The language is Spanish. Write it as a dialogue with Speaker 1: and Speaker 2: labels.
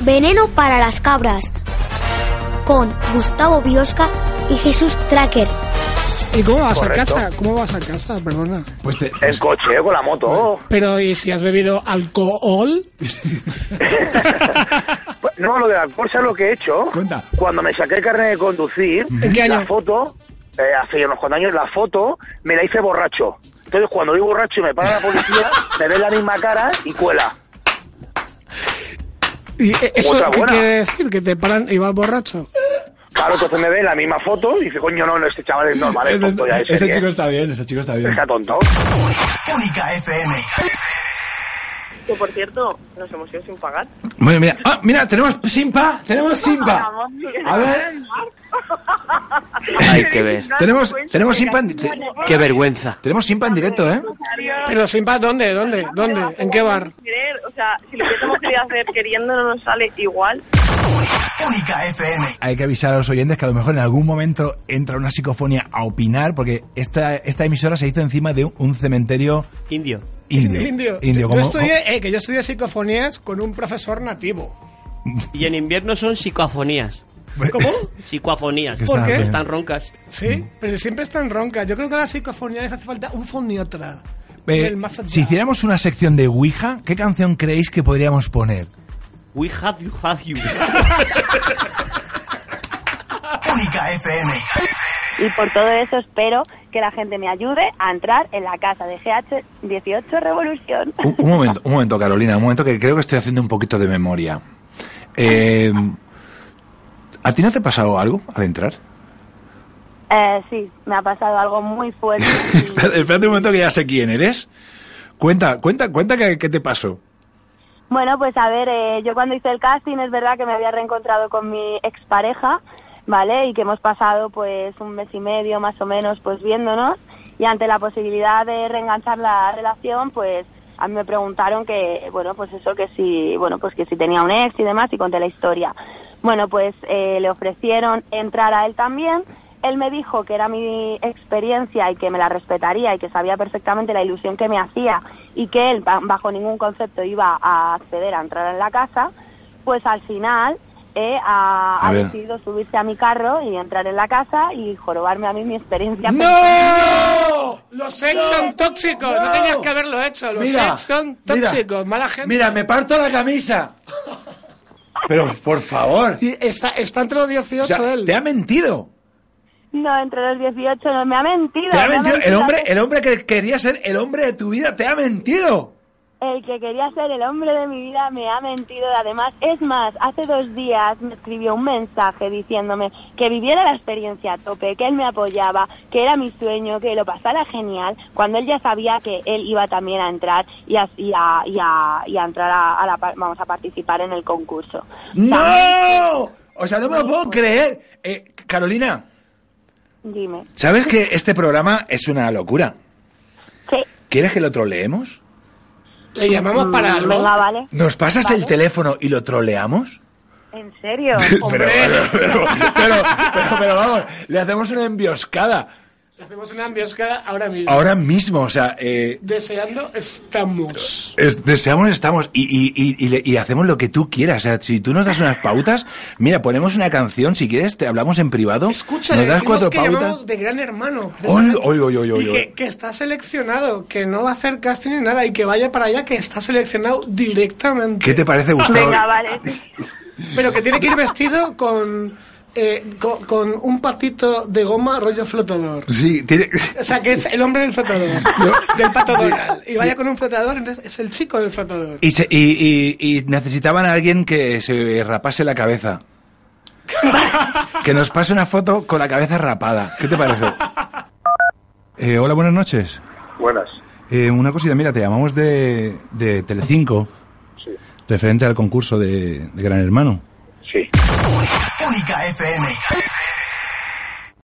Speaker 1: Veneno para las cabras con Gustavo Biosca y Jesús Tracker.
Speaker 2: ¿Y cómo vas
Speaker 3: Correcto.
Speaker 2: a casa? ¿Cómo vas a casa? Perdona.
Speaker 4: Pues te-
Speaker 3: En coche, con la moto.
Speaker 2: Pero ¿y si has bebido alcohol?
Speaker 3: Pues, No, lo de la cosa lo que he hecho.
Speaker 4: Cuenta.
Speaker 3: Cuando me saqué el carnet de conducir,
Speaker 2: ¿En qué año?
Speaker 3: la foto, eh, hace ya unos cuantos años, la foto me la hice borracho. Entonces, cuando voy borracho y me para la policía, me ve la misma cara y cuela.
Speaker 2: ¿Y e- eso
Speaker 3: Otra
Speaker 2: qué
Speaker 3: buena.
Speaker 2: quiere decir? ¿Que te paran y vas borracho?
Speaker 3: Claro, entonces me ve la misma foto y dice, coño, no, no, este chaval es normal, es
Speaker 4: este,
Speaker 3: tonto ya, es
Speaker 4: este
Speaker 3: serie,
Speaker 4: chico
Speaker 3: ¿eh?
Speaker 4: está bien, este chico está bien.
Speaker 3: Está tonto.
Speaker 5: Única FM.
Speaker 6: Que por cierto, nos hemos ido sin pagar.
Speaker 4: Bueno, mira, ah, mira, tenemos Simpa, tenemos Simpa. A ver,
Speaker 7: Ay, qué ver.
Speaker 4: tenemos, tenemos Simpa, en, te-
Speaker 7: Qué vergüenza.
Speaker 4: tenemos Simpa en directo, ¿eh?
Speaker 2: ¿Pero sin paz dónde? ¿Dónde? ¿Dónde? ¿En qué bar?
Speaker 6: O sea, si lo que hemos querido hacer queriendo no nos sale igual.
Speaker 5: Única FM.
Speaker 4: Hay que avisar a los oyentes que a lo mejor en algún momento entra una psicofonía a opinar, porque esta, esta emisora se hizo encima de un, un cementerio
Speaker 7: Indio.
Speaker 4: indio.
Speaker 2: Indio.
Speaker 4: como-
Speaker 2: yo estudié, eh, que yo estudié psicofonías con un profesor nativo.
Speaker 7: Y en invierno son psicoafonías.
Speaker 2: ¿Cómo?
Speaker 7: Psicoafonías.
Speaker 4: Que
Speaker 2: ¿Por
Speaker 4: está
Speaker 2: qué?
Speaker 4: bien.
Speaker 7: Están roncas.
Speaker 2: Sí, pero siempre están roncas. Yo creo que a las psicofonías hace falta un foniatra.
Speaker 4: Eh,
Speaker 2: El más allá.
Speaker 4: si hiciéramos una sección de Ouija, ¿qué canción creéis que podríamos poner?
Speaker 7: We have you, have you.
Speaker 5: Única FM.
Speaker 8: Y por todo eso espero que la gente me ayude a entrar en la casa de GH18 Revolución.
Speaker 4: Un, un momento, un momento, Carolina, un momento que creo que estoy haciendo un poquito de memoria. Eh, ¿A ti no te ha pasado algo al entrar?
Speaker 8: Eh, sí, me ha pasado algo muy fuerte.
Speaker 4: Espérate espérate un momento que ya sé quién eres. Cuenta, cuenta, cuenta qué, qué te pasó.
Speaker 8: Bueno, pues a ver, eh, yo cuando hice el casting es verdad que me había reencontrado con mi expareja, ¿vale? Y que hemos pasado pues un mes y medio más o menos pues viéndonos y ante la posibilidad de reenganchar la relación pues a mí me preguntaron que, bueno, pues eso que si, bueno, pues que si tenía un ex y demás y conté la historia. Bueno, pues eh, le ofrecieron entrar a él también. Él me dijo que era mi experiencia y que me la respetaría y que sabía perfectamente la ilusión que me hacía y que él ba- bajo ningún concepto iba a acceder a entrar en la casa, pues al final eh, ha,
Speaker 4: A
Speaker 8: ha
Speaker 4: ver.
Speaker 8: decidido subirse a mi carro y entrar en la casa y jorobarme a mí mi experiencia.
Speaker 2: Los ex son tóxicos. No, tenías que haberlo hecho. Los ex son tóxicos. mala gente.
Speaker 4: me parto la camisa. Pero, por favor.
Speaker 2: Sí, está, está entre los 18
Speaker 4: O sea,
Speaker 2: él.
Speaker 4: te ha mentido.
Speaker 8: No, entre los 18 no me ha mentido.
Speaker 4: Te ha
Speaker 8: me
Speaker 4: mentido. El hombre,
Speaker 8: el...
Speaker 4: el hombre que quería ser el hombre de tu vida te ha mentido.
Speaker 8: que quería ser el hombre de mi vida me ha mentido. Además, es más, hace dos días me escribió un mensaje diciéndome que viviera la experiencia a tope, que él me apoyaba, que era mi sueño, que lo pasara genial, cuando él ya sabía que él iba también a entrar y a, y a, y a- y a entrar a, a la par- vamos a participar en el concurso.
Speaker 4: ¡No! O sea, no me lo puedo creer. Eh, Carolina,
Speaker 8: Dime.
Speaker 4: ¿sabes que este programa es una locura?
Speaker 8: Sí.
Speaker 4: ¿Quieres que lo troleemos?
Speaker 2: Le llamamos para
Speaker 8: Mm,
Speaker 2: algo.
Speaker 8: Venga, vale.
Speaker 4: ¿Nos pasas el
Speaker 8: Vale.
Speaker 4: teléfono y lo troleamos?
Speaker 8: ¿En serio?
Speaker 2: Hombre.
Speaker 4: pero, pero, pero- pero vamos, le hacemos una embioscada.
Speaker 2: Le hacemos una ambiosca ahora mismo.
Speaker 4: Ahora mismo, o sea, eh,
Speaker 2: Deseando estamos.
Speaker 4: es- deseamos, estamos y, y- y- y le- y hacemos lo que tú quieras. O sea, si tú nos das unas pautas, mira, ponemos una canción, si quieres, te hablamos en privado.
Speaker 2: Escucha,
Speaker 4: nos das
Speaker 2: decimos
Speaker 4: cuatro
Speaker 2: que
Speaker 4: pautas.
Speaker 2: llamamos de gran hermano.
Speaker 4: Ol- oy, oy, oy, oy,
Speaker 2: y
Speaker 4: oy.
Speaker 2: que, que está seleccionado, que no va a hacer casting ni nada y que vaya para allá, que está seleccionado directamente.
Speaker 4: ¿Qué te parece, Gustavo?
Speaker 8: Venga, Ah, vale.
Speaker 2: Pero que tiene que ir vestido con, eh, con, con un patito de goma rollo flotador.
Speaker 4: Pues Sí, tiene...
Speaker 2: O sea, que es el hombre del flotador. Del pato Donald. Y vaya con un flotador, entonces es el chico del flotador.
Speaker 4: Y, se- y- y- y necesitaban a alguien que se rapase la cabeza. que nos pase una foto con la cabeza rapada. ¿Qué te parece? Eh, hola, buenas noches.
Speaker 3: Buenas.
Speaker 4: Eh, una cosita, mira, te llamamos de, de Telecinco,
Speaker 3: Sí.
Speaker 4: referente al concurso de, de Gran Hermano.
Speaker 3: Sí.
Speaker 5: Única FM.